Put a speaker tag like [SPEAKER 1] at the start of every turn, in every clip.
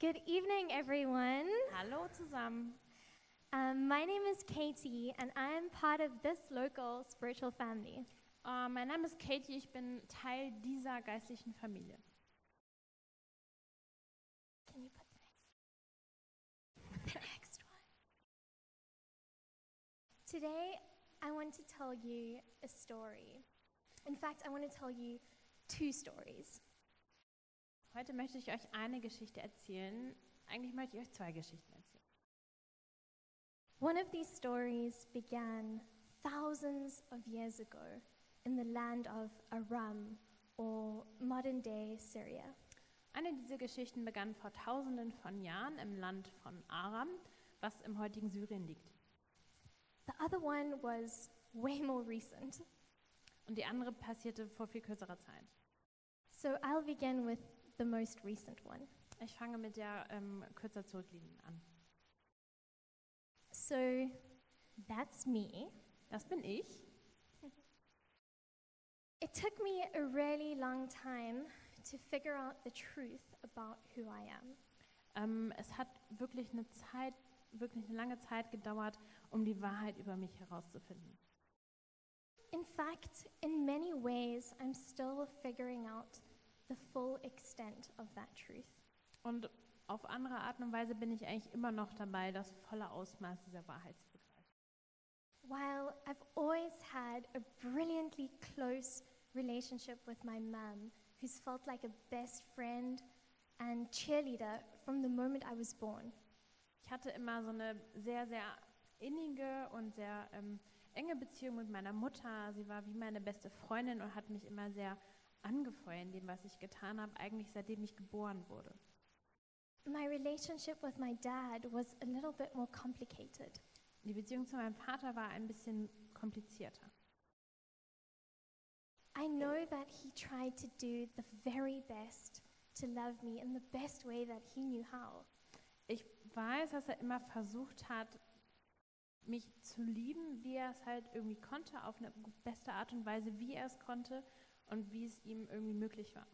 [SPEAKER 1] Good evening, everyone.
[SPEAKER 2] Hallo zusammen.
[SPEAKER 1] Um, my name is Katie, and I am part of this local spiritual family.
[SPEAKER 2] Äh, mein Name ist Katie, ich bin Teil dieser geistlichen Familie.
[SPEAKER 1] Can you put the next, the next one? Today, I want to tell you a story. In fact, I want to tell you two stories.
[SPEAKER 2] Heute möchte ich euch eine Geschichte erzählen. Eigentlich möchte ich euch zwei Geschichten erzählen.
[SPEAKER 1] One of these stories began thousands of years ago in the land of Aram, or modern day Syria.
[SPEAKER 2] Eine dieser Geschichten begann vor tausenden von Jahren im Land von Aram, was im heutigen Syrien liegt.
[SPEAKER 1] The other one was way more recent.
[SPEAKER 2] Und die andere passierte vor viel kürzerer Zeit.
[SPEAKER 1] So I'll begin with the most recent one.
[SPEAKER 2] Ich fange mit der ähm, kürzer zurückliegenden an.
[SPEAKER 1] So that's me.
[SPEAKER 2] Das bin ich.
[SPEAKER 1] It took me a really long time to figure out the truth about who I am.
[SPEAKER 2] Ähm, es hat wirklich eine Zeit, wirklich eine lange Zeit gedauert, um die Wahrheit über mich herauszufinden.
[SPEAKER 1] In fact, in many ways, I'm still figuring out the full extent of that truth.
[SPEAKER 2] Und auf andere Art und Weise bin ich eigentlich immer noch dabei, das volle Ausmaß dieser Wahrheit zu begreifen.
[SPEAKER 1] While I've always had a brilliantly close relationship with my mum, who's felt like a best friend and cheerleader from the moment I was born.
[SPEAKER 2] Ich hatte immer so eine sehr, sehr innige und sehr ähm, enge Beziehung mit meiner Mutter. Sie war wie meine beste Freundin und hat mich immer sehr angefeuert in dem, was ich getan habe, eigentlich seitdem ich geboren wurde.
[SPEAKER 1] My relationship with my dad was a little bit more complicated.
[SPEAKER 2] Die Beziehung zu meinem Vater war ein bisschen komplizierter.
[SPEAKER 1] I know that he tried to do the very best to love me in the best way that he knew how.
[SPEAKER 2] Ich weiß, dass er immer versucht hat, mich zu lieben, wie er es halt irgendwie konnte, auf eine beste Art und Weise, wie er es konnte und wie es ihm irgendwie möglich war.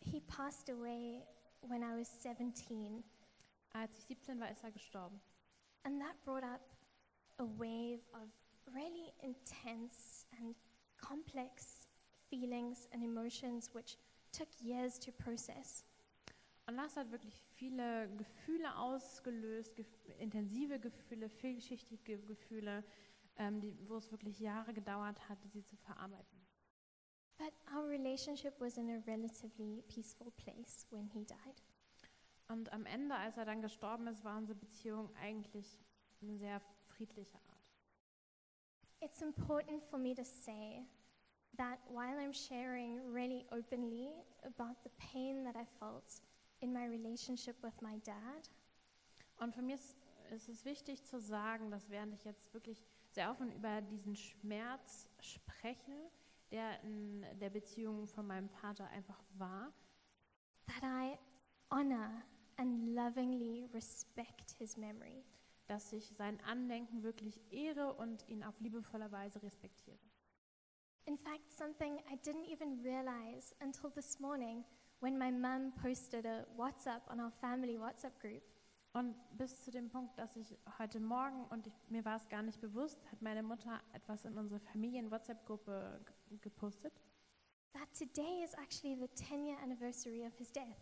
[SPEAKER 1] He passed away when I was 17,
[SPEAKER 2] Als ich 17 war, ist er gestorben.
[SPEAKER 1] and that brought up a wave of really intense and complex feelings and emotions which took years to process.
[SPEAKER 2] Und das hat wirklich viele Gefühle ausgelöst, gef intensive Gefühle, vielschichtige Gefühle, ähm, die, wo es wirklich Jahre gedauert hat, sie zu verarbeiten.
[SPEAKER 1] But our relationship was in a relatively peaceful place when he died.
[SPEAKER 2] Und am Ende, als er dann gestorben ist, war unsere Beziehung eigentlich eine sehr friedliche Art.
[SPEAKER 1] It's important for me to say that while I'm sharing really openly about the pain that I felt in my relationship with my dad,
[SPEAKER 2] Und für mich ist, ist es wichtig zu sagen, dass während ich jetzt wirklich sehr offen über diesen Schmerz spreche, der in der Beziehung von meinem Vater einfach war,
[SPEAKER 1] that I honor and lovingly respect his memory.
[SPEAKER 2] dass ich sein Andenken wirklich ehre und ihn auf liebevolle Weise respektiere.
[SPEAKER 1] In fact, something I didn't even realize until this morning when my mum posted a WhatsApp on our family WhatsApp group.
[SPEAKER 2] Und bis zu dem Punkt, dass ich heute Morgen, und ich, mir war es gar nicht bewusst, hat meine Mutter etwas in unsere Familien-WhatsApp-Gruppe g- gepostet,
[SPEAKER 1] That today is actually the 10 year anniversary of his death.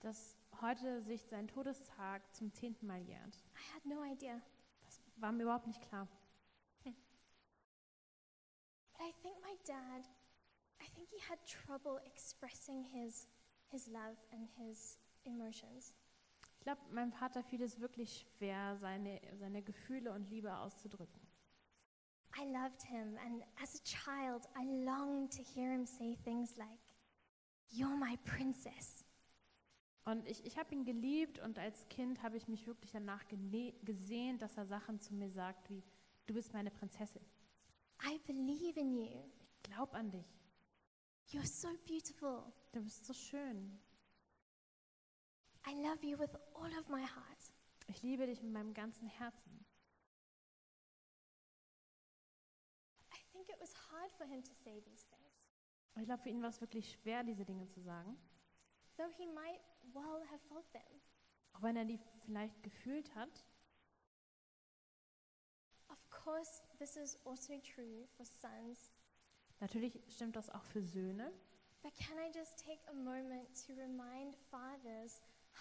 [SPEAKER 2] dass heute sich sein Todestag zum zehnten Mal jährt.
[SPEAKER 1] I had no idea.
[SPEAKER 2] Das war mir überhaupt nicht klar.
[SPEAKER 1] But I think my dad, I think he had trouble expressing his his love and his emotions.
[SPEAKER 2] Ich glaube, meinem Vater fiel es wirklich schwer, seine, seine Gefühle und Liebe auszudrücken.
[SPEAKER 1] I loved him, and as a child, I longed to hear him say things like, "You're my princess."
[SPEAKER 2] Und ich, ich habe ihn geliebt und als Kind habe ich mich wirklich danach gene- gesehnt, dass er Sachen zu mir sagt wie, du bist meine Prinzessin,
[SPEAKER 1] I believe in you.
[SPEAKER 2] glaub an dich,
[SPEAKER 1] You're so beautiful.
[SPEAKER 2] du bist so schön,
[SPEAKER 1] I love you with all of my heart.
[SPEAKER 2] ich liebe dich mit meinem ganzen Herzen.
[SPEAKER 1] I think it was hard for him to say these things.
[SPEAKER 2] Und ich glaube, für ihn war es wirklich schwer, diese Dinge zu sagen.
[SPEAKER 1] though he might well have felt them.
[SPEAKER 2] Auch wenn er die vielleicht gefühlt hat.
[SPEAKER 1] Of course, this is also true for sons,
[SPEAKER 2] Natürlich stimmt das auch für Söhne.
[SPEAKER 1] but can I just take a moment to remind fathers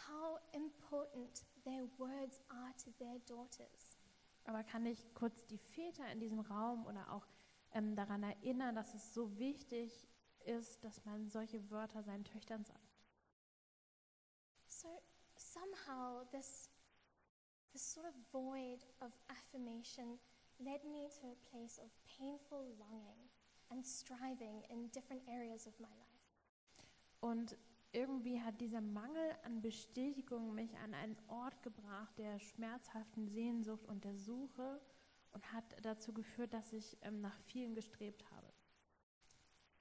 [SPEAKER 1] how important their words are to their daughters?
[SPEAKER 2] Aber kann ich kurz die Väter in diesem Raum oder auch ähm, daran erinnern, dass es so wichtig ist, dass man solche Wörter seinen Töchtern sagt?
[SPEAKER 1] So somehow this this sort of void of affirmation led me to a place of painful longing and striving in different areas of my life.
[SPEAKER 2] Und irgendwie hat dieser Mangel an Bestätigung mich an einen Ort gebracht der schmerzhaften Sehnsucht und der Suche und hat dazu geführt, dass ich ähm, nach vielen gestrebt habe.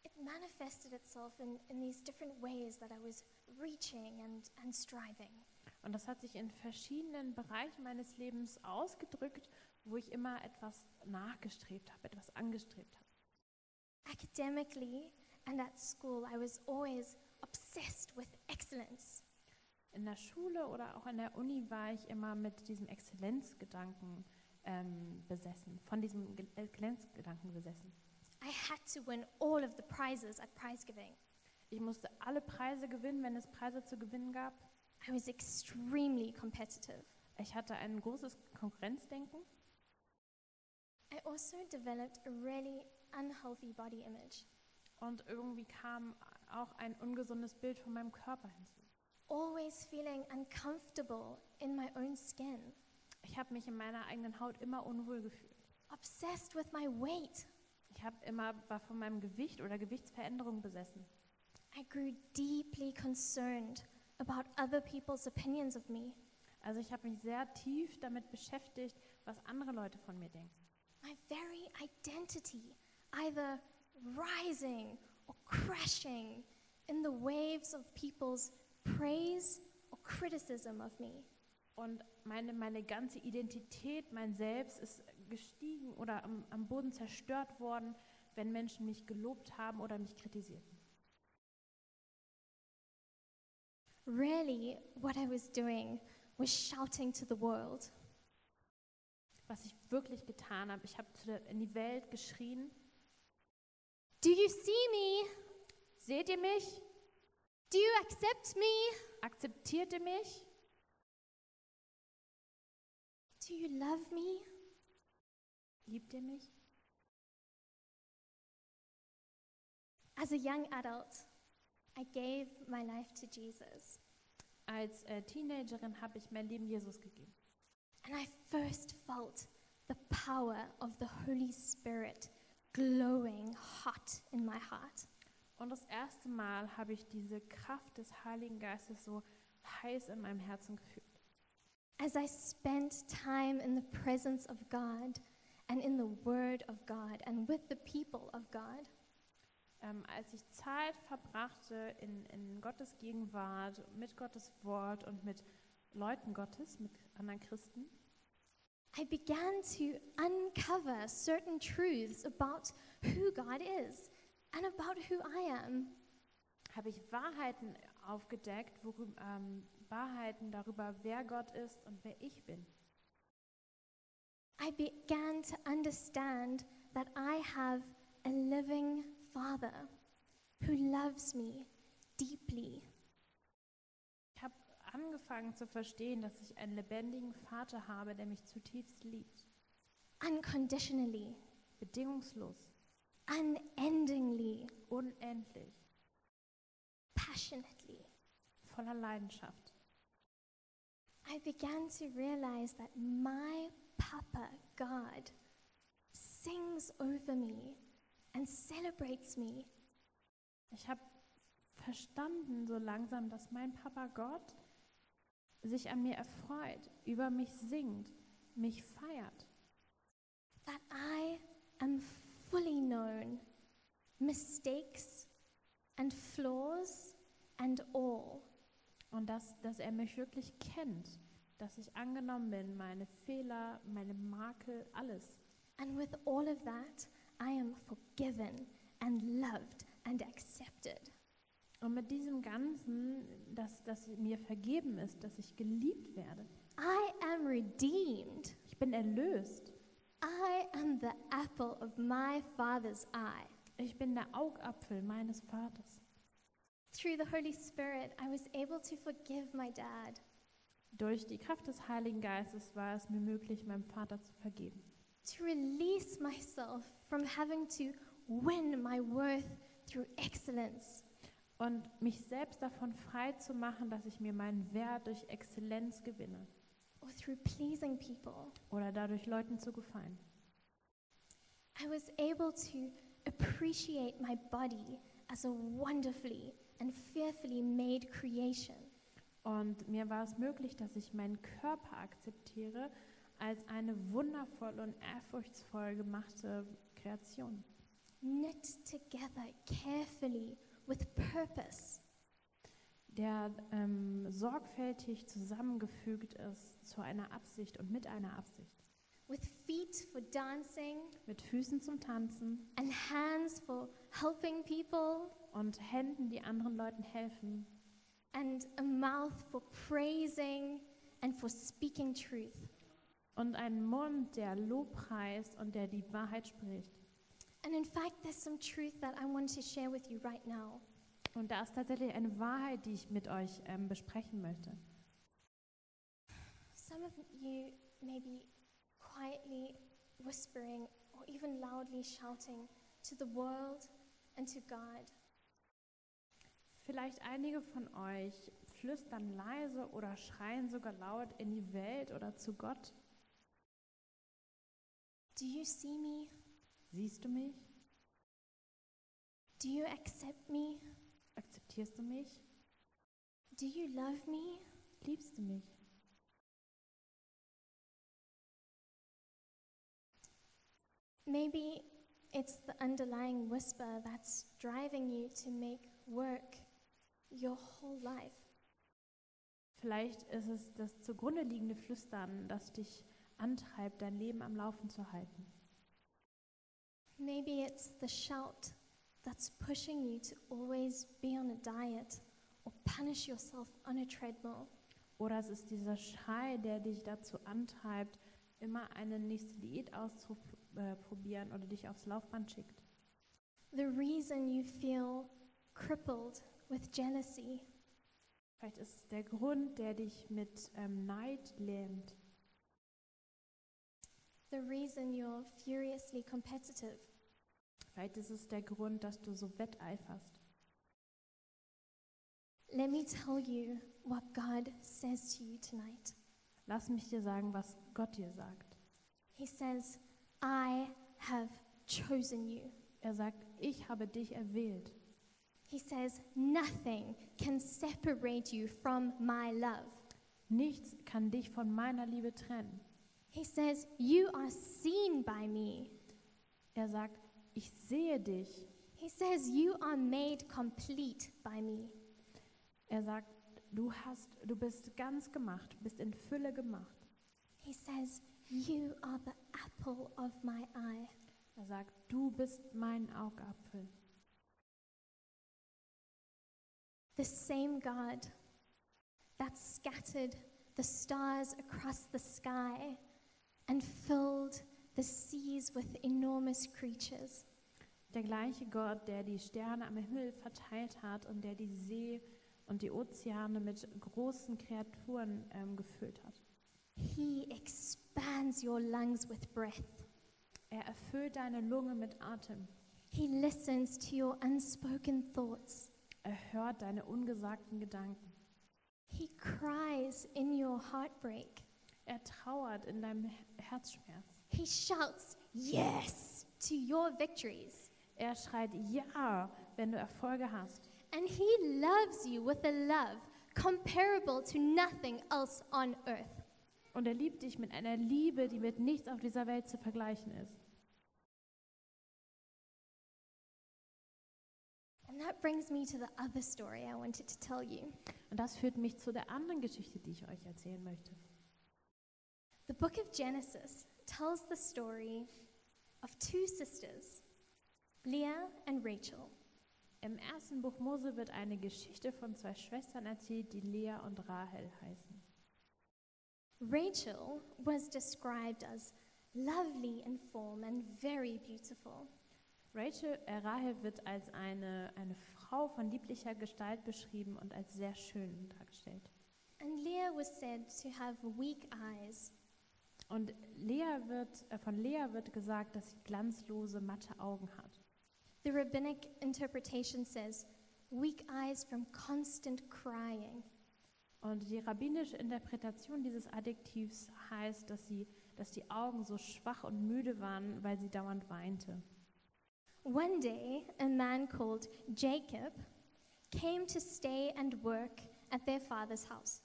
[SPEAKER 1] It manifested itself in, in these different ways that I was reaching and, and striving.
[SPEAKER 2] Und das hat sich in verschiedenen Bereichen meines Lebens ausgedrückt, wo ich immer etwas nachgestrebt habe, etwas angestrebt habe.
[SPEAKER 1] Academically and at school, I was always obsessed with excellence.
[SPEAKER 2] In der Schule oder auch an der Uni war ich immer mit diesem Exzellenzgedanken ähm, besessen, von diesem Ge- Exzellenzgedanken besessen.
[SPEAKER 1] I had to win all of the prizes at prize giving.
[SPEAKER 2] Ich musste alle Preise gewinnen, wenn es Preise zu gewinnen gab.
[SPEAKER 1] I was extremely competitive.
[SPEAKER 2] Ich hatte ein großes Konkurrenzdenken.
[SPEAKER 1] I also developed a really unhealthy body image,
[SPEAKER 2] Und irgendwie kam auch ein ungesundes Bild von meinem Körper hinzu.
[SPEAKER 1] always feeling uncomfortable in my own skin,
[SPEAKER 2] Ich habe mich in meiner eigenen Haut immer unwohl gefühlt.
[SPEAKER 1] obsessed with my weight.
[SPEAKER 2] Ich habe immer war von meinem Gewicht oder Gewichtsveränderung besessen.
[SPEAKER 1] I grew deeply concerned about other people's opinions of me.
[SPEAKER 2] Also ich habe mich sehr tief damit beschäftigt, was andere Leute von mir denken.
[SPEAKER 1] My very identity either rising or crashing in the waves of people's praise or criticism of me.
[SPEAKER 2] Und meine, meine ganze Identität, mein Selbst ist gestiegen oder am, am Boden zerstört worden, wenn Menschen mich gelobt haben oder mich kritisierten.
[SPEAKER 1] Really, what I was doing was shouting to the world.
[SPEAKER 2] Was ich wirklich getan habe, ich habe zu der- in die Welt geschrien,
[SPEAKER 1] Do you see me?
[SPEAKER 2] seht ihr mich?
[SPEAKER 1] Do you accept me?
[SPEAKER 2] Akzeptiert ihr mich?
[SPEAKER 1] Do you love me?
[SPEAKER 2] Liebt ihr mich?
[SPEAKER 1] As a young adult, I gave my life to Jesus,
[SPEAKER 2] Als äh, Teenagerin habe ich mein Leben Jesus gegeben.
[SPEAKER 1] and I first felt the power of the Holy Spirit glowing hot in my heart.
[SPEAKER 2] Und das erste Mal habe ich diese Kraft des Heiligen Geistes so heiß in meinem Herzen gefühlt.
[SPEAKER 1] As I spent time in the presence of God and in the Word of God and with the people of God,
[SPEAKER 2] Ähm, als ich Zeit verbrachte in, in Gottes Gegenwart, mit Gottes Wort und mit Leuten Gottes, mit anderen Christen,
[SPEAKER 1] I began to uncover certain truths about who God is and about who I am.
[SPEAKER 2] habe ich Wahrheiten aufgedeckt, worüber, ähm, Wahrheiten darüber, wer Gott ist und wer ich bin.
[SPEAKER 1] I began to understand that I have a living Father who loves me deeply.
[SPEAKER 2] Ich habe angefangen zu verstehen, dass ich einen lebendigen Vater habe, der mich zutiefst liebt,
[SPEAKER 1] Unconditionally,
[SPEAKER 2] bedingungslos,
[SPEAKER 1] unendingly,
[SPEAKER 2] unendlich,
[SPEAKER 1] passionately,
[SPEAKER 2] voller Leidenschaft.
[SPEAKER 1] I began to realize that my Papa, God, sings over me and celebrates me
[SPEAKER 2] Ich habe verstanden so langsam, dass mein Papa Gott sich an mir erfreut, über mich singt, mich feiert,
[SPEAKER 1] that I am fully known, mistakes and flaws and all.
[SPEAKER 2] und dass, dass er mich wirklich kennt, dass ich angenommen bin, meine Fehler, meine Makel, alles.
[SPEAKER 1] And with all of that, I am forgiven and loved and accepted.
[SPEAKER 2] Und mit diesem Ganzen, dass, dass mir vergeben ist, dass ich geliebt werde.
[SPEAKER 1] I am redeemed.
[SPEAKER 2] Ich bin erlöst.
[SPEAKER 1] I am the apple of my Father's eye.
[SPEAKER 2] Ich bin der Augapfel meines Vaters.
[SPEAKER 1] Through the Holy Spirit, I was able to forgive my dad.
[SPEAKER 2] Durch die Kraft des Heiligen Geistes war es mir möglich, meinem Vater zu vergeben.
[SPEAKER 1] to release myself from having to win my worth through excellence,
[SPEAKER 2] Und mich selbst davon frei zu machen, dass ich mir meinen Wert durch Exzellenz gewinne
[SPEAKER 1] or through pleasing people.
[SPEAKER 2] oder dadurch Leuten zu gefallen.
[SPEAKER 1] I was able to appreciate my body as a wonderfully and fearfully made creation.
[SPEAKER 2] Und mir war es möglich, dass ich meinen Körper akzeptiere als eine wundervolle und ehrfurchtsvoll gemachte Kreation.
[SPEAKER 1] Knit together carefully with purpose,
[SPEAKER 2] der ähm, sorgfältig zusammengefügt ist zu einer Absicht und mit einer Absicht.
[SPEAKER 1] with feet for dancing
[SPEAKER 2] Mit Füßen zum Tanzen
[SPEAKER 1] and hands for helping people,
[SPEAKER 2] und Händen, die anderen Leuten helfen
[SPEAKER 1] and a mouth for praising and for speaking truth.
[SPEAKER 2] und einen Mund, der Lobpreis und der die Wahrheit spricht.
[SPEAKER 1] And in fact, there's some truth that I want to share with you right now.
[SPEAKER 2] Und da ist tatsächlich eine Wahrheit, die ich mit euch ähm, besprechen möchte.
[SPEAKER 1] Some of you may be quietly whispering or even loudly shouting to the world and to God,
[SPEAKER 2] Vielleicht einige von euch flüstern leise oder schreien sogar laut in die Welt oder zu Gott.
[SPEAKER 1] Do you see me?
[SPEAKER 2] Siehst du mich?
[SPEAKER 1] Do you accept me?
[SPEAKER 2] Akzeptierst du mich?
[SPEAKER 1] Do you love me?
[SPEAKER 2] Liebst du mich?
[SPEAKER 1] Maybe it's the underlying whisper that's driving you to make work your whole life.
[SPEAKER 2] Vielleicht ist es das zugrunde liegende Flüstern, das dich antreibt, dein Leben am Laufen zu halten.
[SPEAKER 1] Maybe it's the shout that's pushing you to always be on a diet or punish yourself on a treadmill.
[SPEAKER 2] Oder es ist dieser Schrei, der dich dazu antreibt, immer eine nächste Diät auszuprobieren oder dich aufs Laufband schickt.
[SPEAKER 1] The reason you feel crippled with jealousy,
[SPEAKER 2] Vielleicht ist es der Grund, der dich mit ähm, Neid lähmt.
[SPEAKER 1] the reason you're furiously competitive,
[SPEAKER 2] Vielleicht ist es der Grund, dass du so wetteiferst.
[SPEAKER 1] let me tell you what God says to you tonight.
[SPEAKER 2] Lass mich dir sagen, was Gott dir sagt.
[SPEAKER 1] He says, I have chosen you.
[SPEAKER 2] Er sagt, ich habe dich erwählt.
[SPEAKER 1] He says, nothing can separate you from my love.
[SPEAKER 2] Nichts kann dich von meiner Liebe trennen.
[SPEAKER 1] He says, you are seen by me.
[SPEAKER 2] Er sagt, ich sehe dich.
[SPEAKER 1] He says, You are made complete by me.
[SPEAKER 2] Er sagt, du hast, du bist ganz gemacht, du bist in Fülle gemacht.
[SPEAKER 1] He says, You are the apple of my eye.
[SPEAKER 2] Er sagt, du bist mein Augapfel.
[SPEAKER 1] The same God that scattered the stars across the sky and filled the seas with enormous creatures.
[SPEAKER 2] Der gleiche Gott, der die Sterne am Himmel verteilt hat und der die See und die Ozeane mit großen Kreaturen ähm, gefüllt hat.
[SPEAKER 1] He expands your lungs with breath.
[SPEAKER 2] Er erfüllt deine Lunge mit Atem.
[SPEAKER 1] He listens to your unspoken thoughts.
[SPEAKER 2] Er hört deine ungesagten Gedanken.
[SPEAKER 1] He cries in your heartbreak.
[SPEAKER 2] Er trauert in deinem Herzschmerz.
[SPEAKER 1] He shouts, Yes, to your victories.
[SPEAKER 2] Er schreit Ja, wenn du Erfolge hast.
[SPEAKER 1] And he loves you with a love comparable to nothing else on earth.
[SPEAKER 2] Und er liebt dich mit einer Liebe, die mit nichts auf dieser Welt zu vergleichen ist.
[SPEAKER 1] And that brings me to the other story I wanted to tell you.
[SPEAKER 2] Und das führt mich zu der anderen Geschichte, die ich euch erzählen möchte.
[SPEAKER 1] The book of Genesis tells the story of two sisters, Leah and Rachel.
[SPEAKER 2] Äh, Im ersten Buch Mose wird eine Geschichte von zwei Schwestern erzählt, die Lea und Rahel heißen.
[SPEAKER 1] Rachel was described as lovely in form and very beautiful.
[SPEAKER 2] Rachel, äh, Rahel wird als eine, eine Frau von lieblicher Gestalt beschrieben und als sehr schön dargestellt.
[SPEAKER 1] And Leah was said to have weak eyes.
[SPEAKER 2] Und Lea wird, äh, von Lea wird gesagt, dass sie glanzlose, matte Augen hat.
[SPEAKER 1] The rabbinic interpretation says, weak eyes from constant crying.
[SPEAKER 2] Und die rabbinische Interpretation dieses Adjektivs heißt, dass, sie, dass die Augen so schwach und müde waren, weil sie dauernd weinte.
[SPEAKER 1] One day, a man called Jacob came to stay and work at their father's house.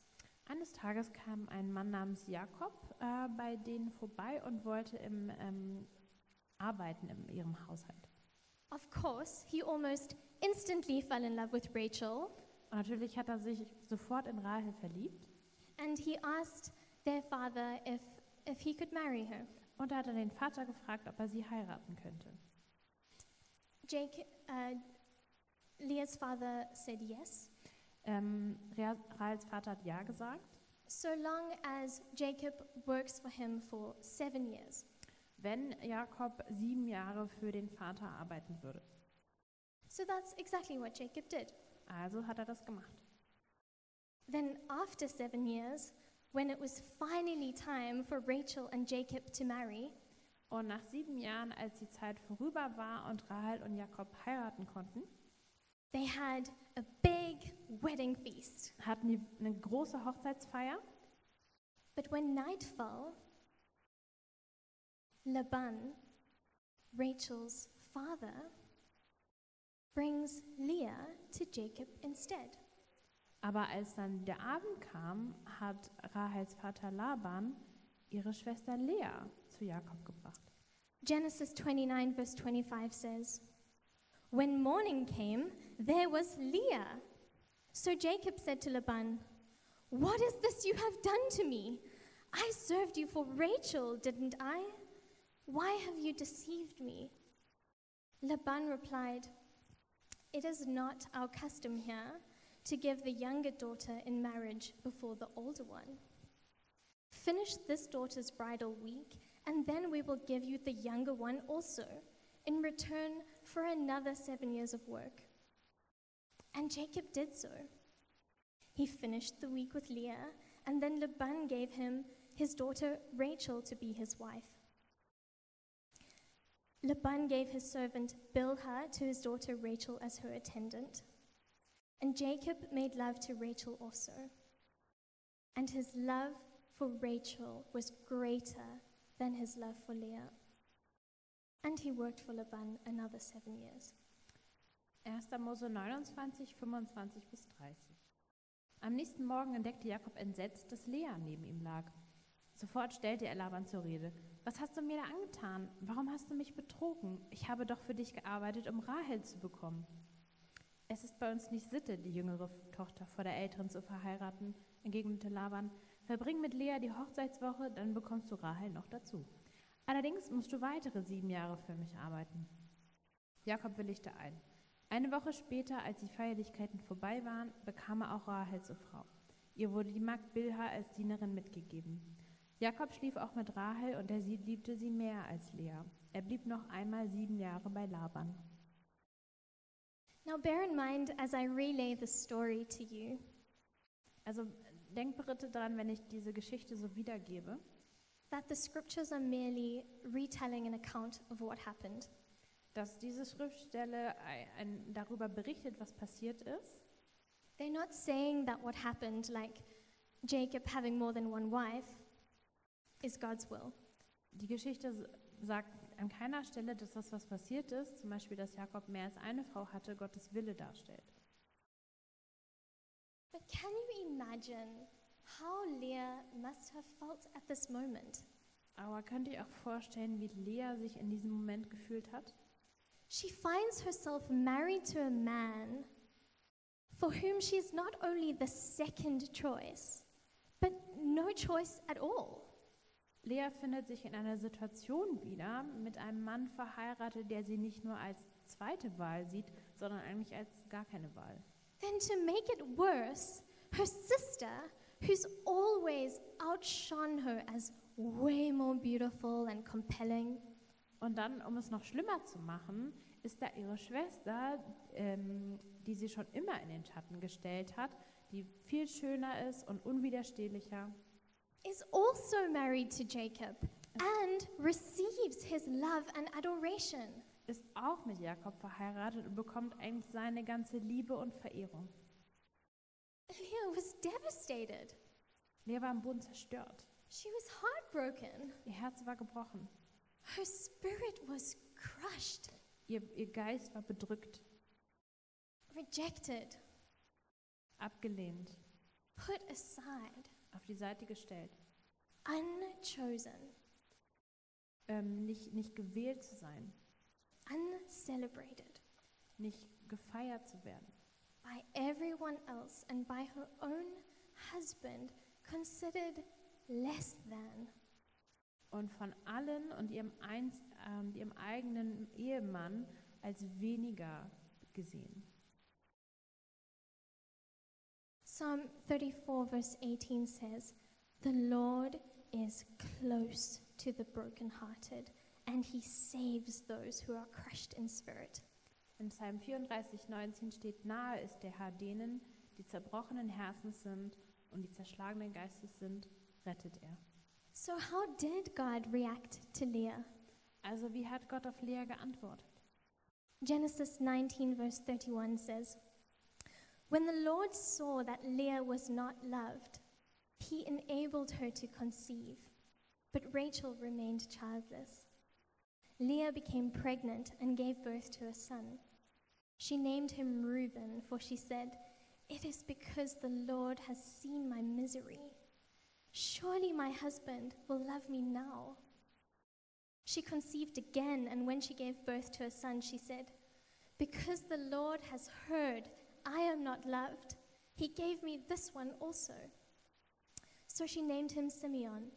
[SPEAKER 2] Eines Tages kam ein Mann namens Jakob äh, bei denen vorbei und wollte im, ähm, arbeiten in ihrem Haushalt.
[SPEAKER 1] Of course, he almost instantly fell in love with Rachel
[SPEAKER 2] Und natürlich hat er sich sofort in Rahel verliebt
[SPEAKER 1] and he asked their father if, if he could marry her.
[SPEAKER 2] und da hat er den Vater gefragt, ob er sie heiraten könnte.
[SPEAKER 1] Jacob, uh, Leah's father said yes,
[SPEAKER 2] Ähm, Rea- Rahels Vater hat ja gesagt,
[SPEAKER 1] so long as Jacob works for him for seven years.
[SPEAKER 2] wenn Jakob sieben Jahre für den Vater arbeiten würde.
[SPEAKER 1] So that's exactly what Jacob did.
[SPEAKER 2] Also hat er das gemacht.
[SPEAKER 1] Then, after seven years, when it was finally time for Rachel and Jacob to marry,
[SPEAKER 2] Und nach sieben Jahren, als die Zeit vorüber war und Rahel und Jakob heiraten konnten,
[SPEAKER 1] they had a big wedding feast.
[SPEAKER 2] hatten die eine große Hochzeitsfeier.
[SPEAKER 1] But when night fell, Laban, Rachel's father, brings Leah to Jacob instead.
[SPEAKER 2] Aber als dann der Abend kam, hat Rahels Vater Laban ihre Schwester Lea zu Jakob gebracht.
[SPEAKER 1] Genesis 29, verse 25 says, When morning came, there was Leah. So Jacob said to Laban, What is this you have done to me? I served you for Rachel, didn't I? Why have you deceived me? Laban replied, It is not our custom here to give the younger daughter in marriage before the older one. Finish this daughter's bridal week, and then we will give you the younger one also, in return for another seven years of work. And Jacob did so. He finished the week with Leah, and then Laban gave him his daughter Rachel to be his wife. Laban gave his servant Bilhah to his daughter Rachel as her attendant. And Jacob made love to Rachel also. And his love for Rachel was greater than his love for Leah. And he worked for Laban another seven years.
[SPEAKER 2] 1. Mose 29, 25 bis 30. Am nächsten Morgen entdeckte Jakob entsetzt, dass Lea neben ihm lag. Sofort stellte er Laban zur Rede. Was hast du mir da angetan? Warum hast du mich betrogen? Ich habe doch für dich gearbeitet, um Rahel zu bekommen. Es ist bei uns nicht Sitte, die jüngere Tochter vor der älteren zu verheiraten, entgegnete Laban. Verbring mit Lea die Hochzeitswoche, dann bekommst du Rahel noch dazu. Allerdings musst du weitere sieben Jahre für mich arbeiten. Jakob willigte ein. Eine Woche später, als die Feierlichkeiten vorbei waren, bekam er auch Rahel zur Frau. Ihr wurde die Magd Bilha als Dienerin mitgegeben. Jakob schlief auch mit Rahel und er sie liebte sie mehr als Lea. Er blieb noch einmal sieben Jahre bei Laban.
[SPEAKER 1] Now, bear in mind as I relay the story to you
[SPEAKER 2] Also denkt bitte daran, wenn ich diese Geschichte so wiedergebe,
[SPEAKER 1] that the scriptures are merely retelling an account of what happened.
[SPEAKER 2] dass diese Schriftstelle ein, ein, darüber berichtet, was passiert ist.
[SPEAKER 1] They're not saying that what happened, like Jacob having more than one wife, is God's will.
[SPEAKER 2] Die Geschichte s- sagt an keiner Stelle, dass das, was passiert ist, zum Beispiel, dass Jakob mehr als eine Frau hatte, Gottes Wille darstellt.
[SPEAKER 1] But can you imagine how Leah must have felt at this moment?
[SPEAKER 2] Aber könnt ihr auch vorstellen, wie Lea sich in diesem Moment gefühlt hat?
[SPEAKER 1] She finds herself married to a man for whom she's not only the second choice, but no choice at all.
[SPEAKER 2] Lea findet sich in einer Situation wieder mit einem Mann verheiratet, der sie nicht nur als zweite Wahl sieht, sondern eigentlich als gar keine Wahl.
[SPEAKER 1] Then, to make it worse, her sister, who's always outshone her as way more beautiful and compelling,
[SPEAKER 2] Und dann, um es noch schlimmer zu machen, ist da ihre Schwester, ähm, die sie schon immer in den Schatten gestellt hat, die viel schöner ist und unwiderstehlicher.
[SPEAKER 1] is also married to Jacob and receives his love and adoration.
[SPEAKER 2] ist auch mit Jakob verheiratet und bekommt eigentlich seine ganze Liebe und Verehrung.
[SPEAKER 1] Leah was devastated.
[SPEAKER 2] Lea war am Boden zerstört.
[SPEAKER 1] She was heartbroken.
[SPEAKER 2] Ihr Herz war gebrochen.
[SPEAKER 1] Her spirit was crushed,
[SPEAKER 2] Ihr, ihr Geist war bedrückt,
[SPEAKER 1] rejected,
[SPEAKER 2] abgelehnt,
[SPEAKER 1] put aside,
[SPEAKER 2] auf die Seite gestellt.
[SPEAKER 1] unchosen,
[SPEAKER 2] Ähm, nicht, nicht gewählt zu sein,
[SPEAKER 1] uncelebrated
[SPEAKER 2] nicht gefeiert zu werden.
[SPEAKER 1] by everyone else and by her own husband, considered less than.
[SPEAKER 2] Und von allen und ihrem, einst, ähm, ihrem eigenen Ehemann als weniger gesehen.
[SPEAKER 1] Psalm 34, verse 18 says, The Lord is close to the brokenhearted, and he saves those who are crushed in spirit.
[SPEAKER 2] In Psalm 34, 19 steht, nahe ist der Herr denen, die zerbrochenen Herzens sind und die zerschlagenen Geistes sind, rettet er.
[SPEAKER 1] So, how did God react to Leah?
[SPEAKER 2] Also wie hat Gott auf Lea geantwortet?
[SPEAKER 1] Genesis 19, verse 31 says, When the Lord saw that Leah was not loved, he enabled her to conceive, but Rachel remained childless. Leah became pregnant and gave birth to a son. She named him Reuben, for she said, It is because the Lord has seen my misery. Surely my husband will love me now. She conceived again, and when she gave birth to a son, she said, Because the Lord has heard I am not loved, he gave me this one also. So she named him Simeon.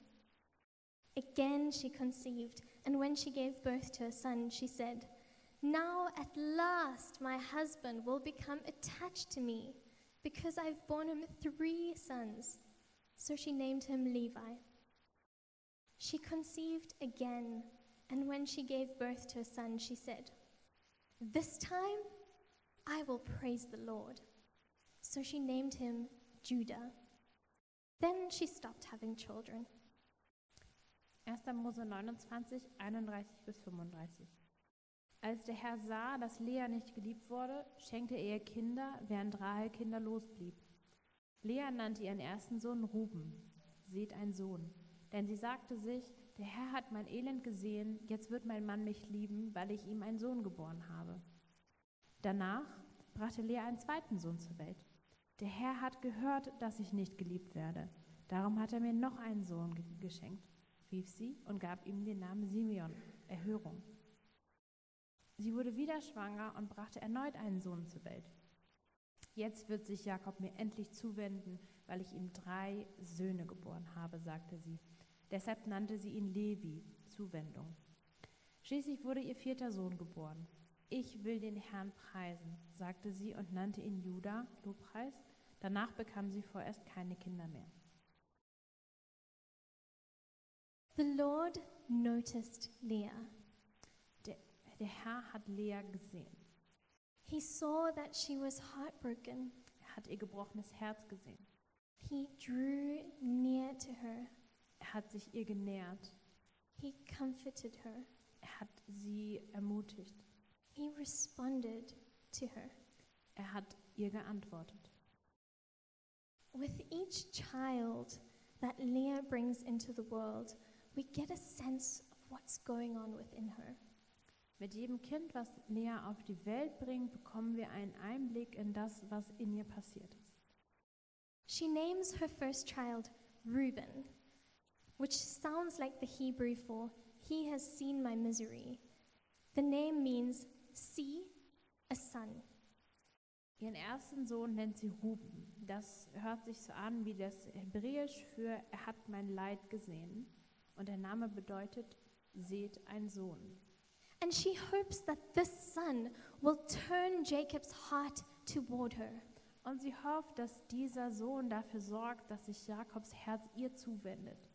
[SPEAKER 1] Again she conceived, and when she gave birth to a son, she said, Now at last my husband will become attached to me, because I've borne him three sons. So she named him Levi. She conceived again, and when she gave birth to a son, she said, This time I will praise the Lord. So she named him Judah. Then she stopped having children.
[SPEAKER 2] 1. Mose 29, 31 bis 35. Als der Herr sah, dass Lea nicht geliebt wurde, schenkte er ihr Kinder, während Rahel kinderlos blieb. Lea nannte ihren ersten Sohn Ruben, seht ein Sohn. Denn sie sagte sich, der Herr hat mein Elend gesehen, jetzt wird mein Mann mich lieben, weil ich ihm einen Sohn geboren habe. Danach brachte Lea einen zweiten Sohn zur Welt. Der Herr hat gehört, dass ich nicht geliebt werde. Darum hat er mir noch einen Sohn ge- geschenkt, rief sie und gab ihm den Namen Simeon, Erhörung. Sie wurde wieder schwanger und brachte erneut einen Sohn zur Welt. Jetzt wird sich Jakob mir endlich zuwenden, weil ich ihm drei Söhne geboren habe, sagte sie. Deshalb nannte sie ihn Levi, Zuwendung. Schließlich wurde ihr vierter Sohn geboren. Ich will den Herrn preisen, sagte sie und nannte ihn Juda, Lobpreis. Danach bekam sie vorerst keine Kinder mehr.
[SPEAKER 1] The Lord noticed Leah.
[SPEAKER 2] Der, der Herr hat Lea gesehen.
[SPEAKER 1] He saw that she was heartbroken.
[SPEAKER 2] Er hat ihr gebrochenes Herz gesehen.
[SPEAKER 1] He drew near to her.
[SPEAKER 2] Er hat sich ihr genähert.
[SPEAKER 1] He comforted her.
[SPEAKER 2] Er hat sie ermutigt.
[SPEAKER 1] He responded to her.
[SPEAKER 2] Er hat ihr geantwortet.
[SPEAKER 1] With each child that Leah brings into the world, we get a sense of what's going on within her.
[SPEAKER 2] Mit jedem Kind, was Lea auf die Welt bringt, bekommen wir einen Einblick in das, was in ihr passiert ist.
[SPEAKER 1] She names her first child Reuben, which sounds like the Hebrew for he has seen my misery. The name means see a son.
[SPEAKER 2] Ihren ersten Sohn nennt sie Ruben. Das hört sich so an wie das Hebräisch für Er hat mein Leid gesehen. Und der Name bedeutet Seht ein Sohn.
[SPEAKER 1] and she hopes that this son will turn Jacob's heart toward her.
[SPEAKER 2] Und sie hofft, dass dieser Sohn dafür sorgt, dass sich Jakobs Herz ihr zuwendet.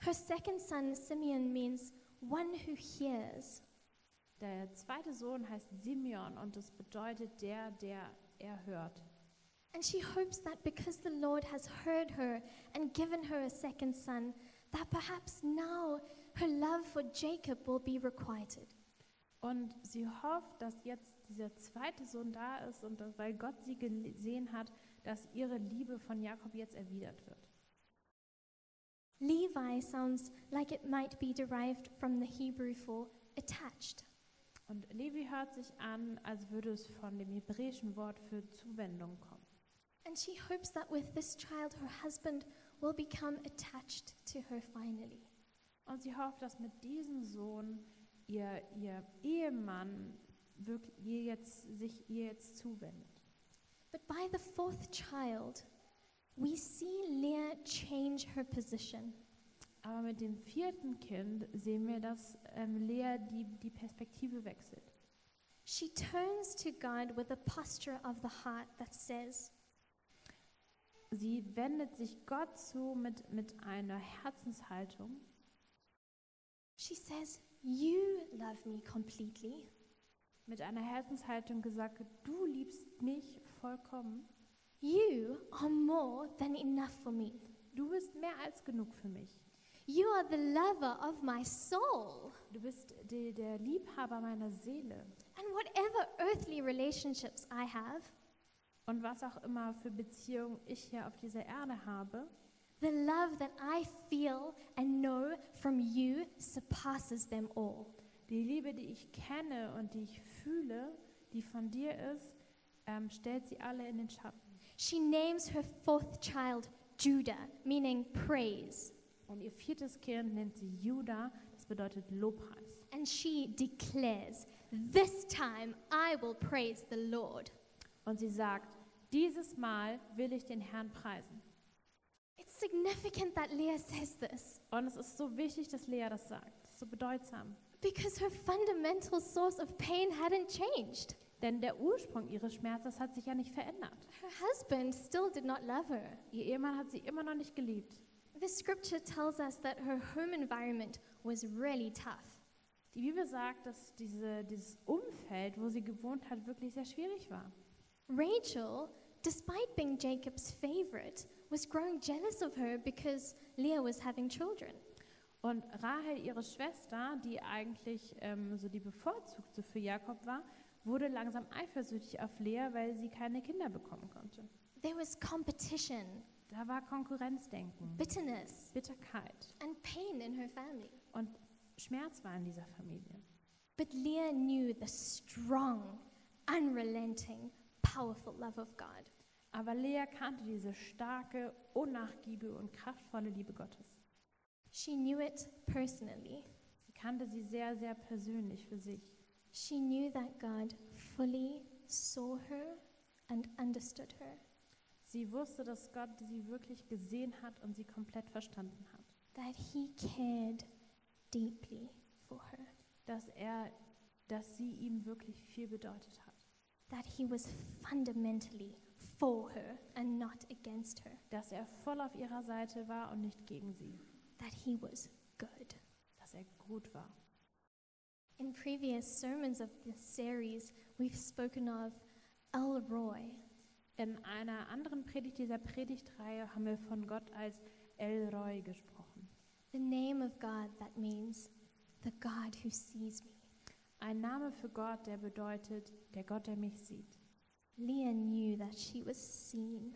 [SPEAKER 1] Her second son, Simeon, means one who hears.
[SPEAKER 2] Der zweite Sohn heißt Simeon und es bedeutet der, der er hört.
[SPEAKER 1] And she hopes that because the Lord has heard her and given her a second son, that perhaps now her love for Jacob will be requited.
[SPEAKER 2] Und sie hofft, dass jetzt dieser zweite Sohn da ist und dass, weil Gott sie gesehen hat, dass ihre Liebe von Jakob jetzt erwidert wird.
[SPEAKER 1] Levi sounds like it might be derived from the Hebrew for attached.
[SPEAKER 2] Und Levi hört sich an, als würde es von dem hebräischen Wort für Zuwendung kommen.
[SPEAKER 1] And she hopes that with this child, her husband will become attached to her finally.
[SPEAKER 2] Und sie hofft, dass mit diesem Sohn ihr, ihr Ehemann wirklich ihr jetzt, sich ihr jetzt zuwendet.
[SPEAKER 1] But by the fourth child, we see Leah change her position.
[SPEAKER 2] Aber mit dem vierten Kind sehen wir, dass ähm, Lea die, die Perspektive wechselt.
[SPEAKER 1] She turns to God with a posture of the heart that says,
[SPEAKER 2] Sie wendet sich Gott zu mit, mit einer Herzenshaltung.
[SPEAKER 1] She says, You love me completely.
[SPEAKER 2] Mit einer Herzenshaltung gesagt, du liebst mich vollkommen.
[SPEAKER 1] You are more than enough for me.
[SPEAKER 2] Du bist mehr als genug für mich.
[SPEAKER 1] You are the lover of my soul.
[SPEAKER 2] Du bist die, der Liebhaber meiner Seele.
[SPEAKER 1] And whatever earthly relationships I have,
[SPEAKER 2] Und was auch immer für Beziehungen ich hier auf dieser Erde habe,
[SPEAKER 1] the love that I feel and know from you surpasses them all.
[SPEAKER 2] die Liebe, die ich kenne und die ich fühle, die von dir ist, ähm, stellt sie alle in den Schatten.
[SPEAKER 1] She names her fourth child Judah, meaning praise.
[SPEAKER 2] Und ihr viertes Kind nennt sie Judah, das bedeutet Lobpreis.
[SPEAKER 1] And she declares, This time I will praise the Lord.
[SPEAKER 2] Und sie sagt, dieses Mal will ich den Herrn preisen.
[SPEAKER 1] It's significant that Leah says this
[SPEAKER 2] Und es ist so wichtig, dass Lea das sagt, so bedeutsam.
[SPEAKER 1] because her fundamental source of pain hadn't changed.
[SPEAKER 2] Denn der Ursprung ihres Schmerzes hat sich ja nicht verändert.
[SPEAKER 1] Her husband still did not love her.
[SPEAKER 2] Ihr Ehemann hat sie immer noch nicht geliebt.
[SPEAKER 1] The scripture tells us that her home environment was really tough.
[SPEAKER 2] Die Bibel sagt, dass diese, dieses Umfeld, wo sie gewohnt hat, wirklich sehr schwierig war.
[SPEAKER 1] Rachel, despite being Jacob's favorite, was growing jealous of her because Leah was having children.
[SPEAKER 2] Und Rahel, ihre Schwester, die eigentlich ähm, so die bevorzugte für Jakob war, wurde langsam eifersüchtig auf Lea, weil sie keine Kinder bekommen konnte.
[SPEAKER 1] There was competition,
[SPEAKER 2] Da war Konkurrenzdenken,
[SPEAKER 1] bitterness,
[SPEAKER 2] Bitterkeit
[SPEAKER 1] and pain in her family.
[SPEAKER 2] und Schmerz war in dieser Familie.
[SPEAKER 1] But Leah knew the strong, unrelenting, powerful love of God.
[SPEAKER 2] Aber Lea kannte diese starke, unnachgiebige und kraftvolle Liebe Gottes.
[SPEAKER 1] She knew it personally.
[SPEAKER 2] Sie kannte sie sehr, sehr persönlich für sich.
[SPEAKER 1] She knew that God fully saw her and understood her,
[SPEAKER 2] Sie wusste, dass Gott sie wirklich gesehen hat und sie komplett verstanden hat.
[SPEAKER 1] that He cared deeply for her,
[SPEAKER 2] Dass er, dass sie ihm wirklich viel bedeutet hat.
[SPEAKER 1] that He was fundamentally for her and not against her,
[SPEAKER 2] dass er voll auf ihrer Seite war und nicht gegen sie,
[SPEAKER 1] that He was good.
[SPEAKER 2] dass er gut war.
[SPEAKER 1] In previous sermons of this series, we've spoken of Elroy,
[SPEAKER 2] In einer anderen Predigt dieser Predigtreihe haben wir von Gott als Elroy gesprochen.
[SPEAKER 1] the name of God that means the God who sees me.
[SPEAKER 2] Ein Name für Gott, der bedeutet, der Gott, der mich sieht.
[SPEAKER 1] Leah knew that she was seen,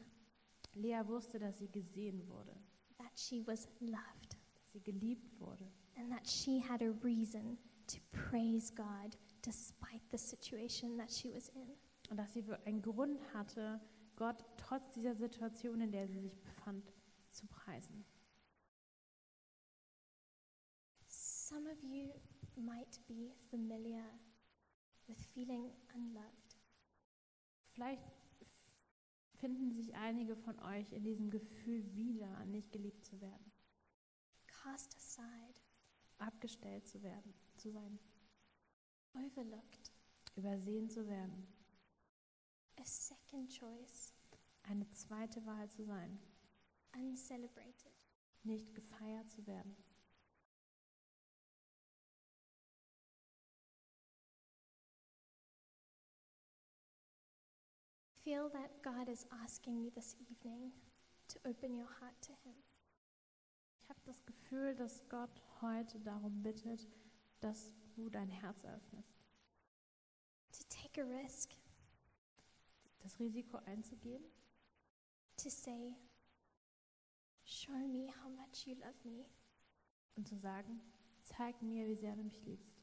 [SPEAKER 2] Lea wusste, dass sie gesehen wurde,
[SPEAKER 1] that she was loved,
[SPEAKER 2] dass sie geliebt wurde
[SPEAKER 1] and that she had a reason to praise God despite the situation that she was in.
[SPEAKER 2] und dass sie einen Grund hatte, Gott trotz dieser Situation, in der sie sich befand, zu preisen.
[SPEAKER 1] Some of you might be familiar with feeling unloved.
[SPEAKER 2] Vielleicht finden sich einige von euch in diesem Gefühl wieder, nicht geliebt zu werden.
[SPEAKER 1] Cast aside,
[SPEAKER 2] abgestellt zu werden, zu sein.
[SPEAKER 1] overlooked.
[SPEAKER 2] übersehen zu werden,
[SPEAKER 1] A second choice,
[SPEAKER 2] eine zweite Wahl zu sein,
[SPEAKER 1] uncelebrated.
[SPEAKER 2] nicht gefeiert zu werden.
[SPEAKER 1] Feel that God is asking you this evening to open your heart to Him.
[SPEAKER 2] Ich habe das Gefühl, dass Gott heute darum bittet, dass du dein Herz öffnest,
[SPEAKER 1] to take a risk,
[SPEAKER 2] das Risiko einzugehen,
[SPEAKER 1] to say, Show me how much you love me.
[SPEAKER 2] und zu sagen, zeig mir, wie sehr du mich liebst.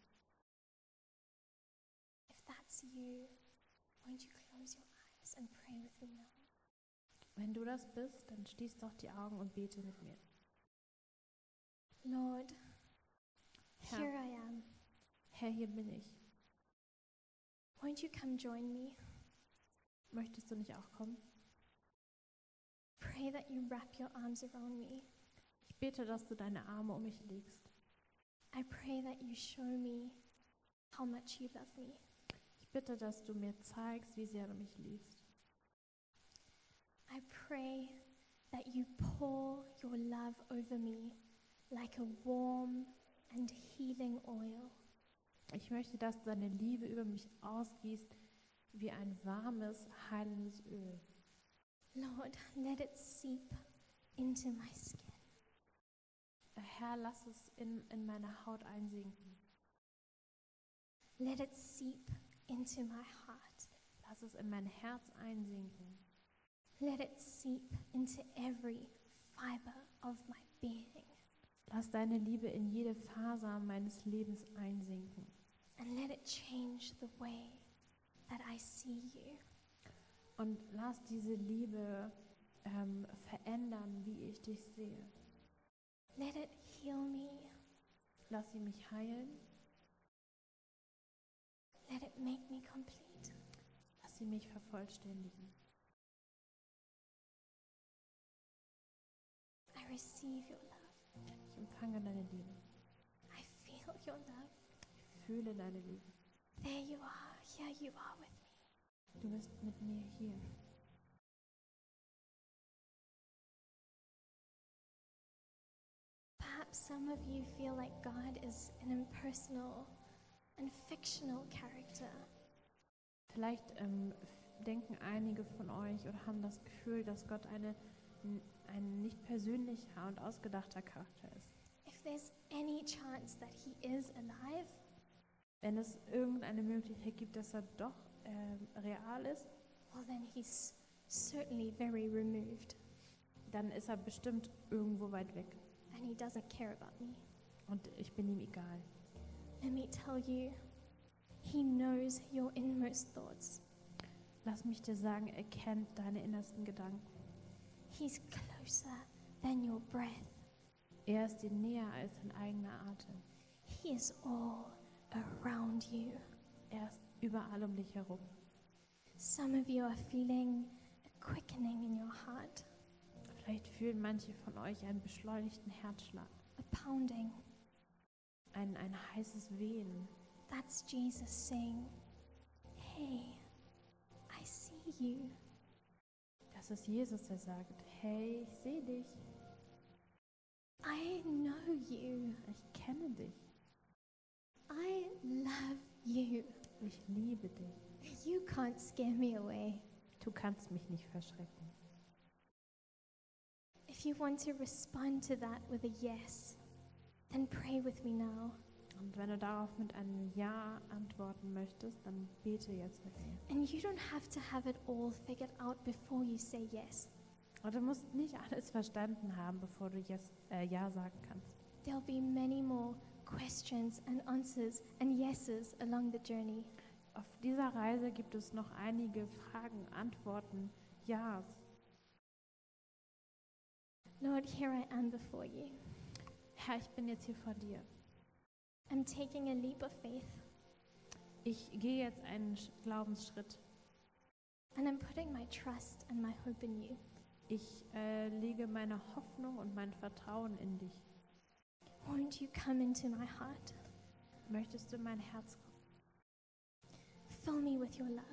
[SPEAKER 1] If that's you, won't you close your eyes and pray with me now?
[SPEAKER 2] Wenn du das bist, dann schließ doch die Augen und bete mit mir.
[SPEAKER 1] Lord,
[SPEAKER 2] Herr,
[SPEAKER 1] here I am.
[SPEAKER 2] Herr, hier bin ich.
[SPEAKER 1] Won't you come join me?
[SPEAKER 2] Möchtest du nicht auch kommen?
[SPEAKER 1] Pray that you wrap your arms around me.
[SPEAKER 2] Ich bete, dass du deine Arme um mich legst.
[SPEAKER 1] I pray that you show me how much you love me.
[SPEAKER 2] Ich bitte, dass du mir zeigst, wie sehr du mich liebst.
[SPEAKER 1] I pray that you pour your love over me like a warm and healing oil.
[SPEAKER 2] Ich möchte, dass du deine Liebe über mich ausgießt wie ein warmes, heilendes Öl.
[SPEAKER 1] Lord, let it seep into my skin.
[SPEAKER 2] Herr, lass es in, in meine Haut einsinken.
[SPEAKER 1] Let it seep into my heart.
[SPEAKER 2] Lass es in mein Herz einsinken.
[SPEAKER 1] Let it seep into every fiber of my being.
[SPEAKER 2] Lass deine Liebe in jede Faser meines Lebens einsinken.
[SPEAKER 1] And let it change the way that I see you.
[SPEAKER 2] Und lass diese Liebe ähm, verändern, wie ich dich sehe.
[SPEAKER 1] Let it heal me.
[SPEAKER 2] Lass sie mich heilen.
[SPEAKER 1] Let it make me complete.
[SPEAKER 2] Lass sie mich vervollständigen.
[SPEAKER 1] I receive your love.
[SPEAKER 2] Ich empfange deine Liebe.
[SPEAKER 1] I feel your love.
[SPEAKER 2] Ich fühle deine Liebe.
[SPEAKER 1] There you are. Here you are with me.
[SPEAKER 2] Du bist mit mir hier.
[SPEAKER 1] Perhaps some of you feel like God is an impersonal and fictional character.
[SPEAKER 2] Vielleicht ähm, f- denken einige von euch oder haben das Gefühl, dass Gott eine, n- ein nicht persönlicher und ausgedachter Charakter ist.
[SPEAKER 1] If there's any chance that He is alive,
[SPEAKER 2] Wenn es irgendeine Möglichkeit gibt, dass er doch ähm, real ist,
[SPEAKER 1] well, then He's certainly very removed
[SPEAKER 2] dann ist er bestimmt irgendwo weit weg.
[SPEAKER 1] and He doesn't care about me.
[SPEAKER 2] Und ich bin ihm egal.
[SPEAKER 1] Let me tell you, He knows your inmost thoughts.
[SPEAKER 2] Lass mich dir sagen, er kennt deine innersten Gedanken.
[SPEAKER 1] He's closer than your breath.
[SPEAKER 2] Er ist dir näher als dein eigener Atem.
[SPEAKER 1] He is all around you.
[SPEAKER 2] Er ist überall um dich herum.
[SPEAKER 1] Some of you are feeling a quickening in your heart,
[SPEAKER 2] Vielleicht fühlen manche von euch einen beschleunigten Herzschlag,
[SPEAKER 1] a pounding.
[SPEAKER 2] ein, ein heißes Wehen.
[SPEAKER 1] That's Jesus saying, Hey, I see you.
[SPEAKER 2] Das ist Jesus, der sagt, hey, ich sehe dich,
[SPEAKER 1] I know you.
[SPEAKER 2] ich kenne dich,
[SPEAKER 1] I love you.
[SPEAKER 2] ich liebe dich.
[SPEAKER 1] You can't scare me away.
[SPEAKER 2] Du kannst mich nicht verschrecken.
[SPEAKER 1] If you want to respond to that with a yes, then pray with me now.
[SPEAKER 2] Und wenn du darauf mit einem Ja antworten möchtest, dann bete jetzt mit mir.
[SPEAKER 1] And you don't have to have it all figured out before you say yes.
[SPEAKER 2] Und du musst nicht alles verstanden haben, bevor du jetzt, äh, Ja sagen kannst.
[SPEAKER 1] There'll be many more questions and answers and yeses along the journey.
[SPEAKER 2] Auf dieser Reise gibt es noch einige Fragen, Antworten, Ja's.
[SPEAKER 1] Lord, here I am before you.
[SPEAKER 2] Herr, ich bin jetzt hier vor dir.
[SPEAKER 1] I'm taking a leap of faith
[SPEAKER 2] Ich gehe jetzt einen Sch- Glaubensschritt.
[SPEAKER 1] and I'm putting my trust and my hope in you.
[SPEAKER 2] Ich äh, lege meine Hoffnung und mein Vertrauen in dich.
[SPEAKER 1] Won't you come into my heart?
[SPEAKER 2] Möchtest du in mein Herz kommen?
[SPEAKER 1] Fill me with your love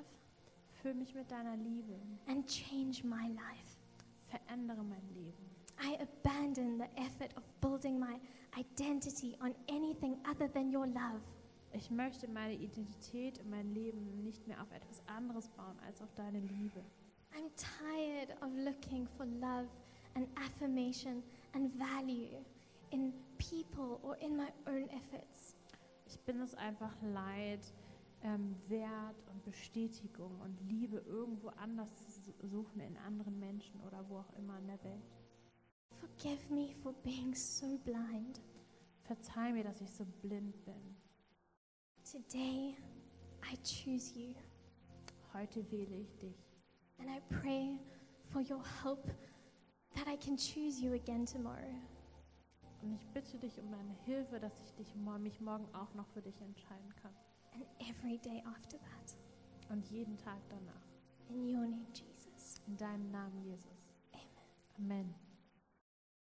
[SPEAKER 2] Füll mich mit deiner Liebe.
[SPEAKER 1] and change my life.
[SPEAKER 2] Verändere mein Leben.
[SPEAKER 1] I abandon the effort of building my identity on anything other than your love.
[SPEAKER 2] Ich möchte meine Identität und mein Leben nicht mehr auf etwas anderes bauen als auf deine Liebe.
[SPEAKER 1] I'm tired of looking for love and affirmation and value in people or in my own efforts.
[SPEAKER 2] Ich bin es einfach leid, ähm, Wert und Bestätigung und Liebe irgendwo anders zu su- suchen, in anderen Menschen oder wo auch immer in der Welt.
[SPEAKER 1] Forgive me for being so blind.
[SPEAKER 2] Verzeih mir, dass ich so blind bin.
[SPEAKER 1] Today, I choose you
[SPEAKER 2] Heute wähle ich dich.
[SPEAKER 1] and I pray for your help that I can choose you again tomorrow.
[SPEAKER 2] Und ich bitte dich um deine Hilfe, dass ich dich, mo- mich morgen auch noch für dich entscheiden kann.
[SPEAKER 1] and every day after that.
[SPEAKER 2] Und jeden Tag danach.
[SPEAKER 1] In your name, Jesus.
[SPEAKER 2] In deinem Namen, Jesus. Amen. Amen.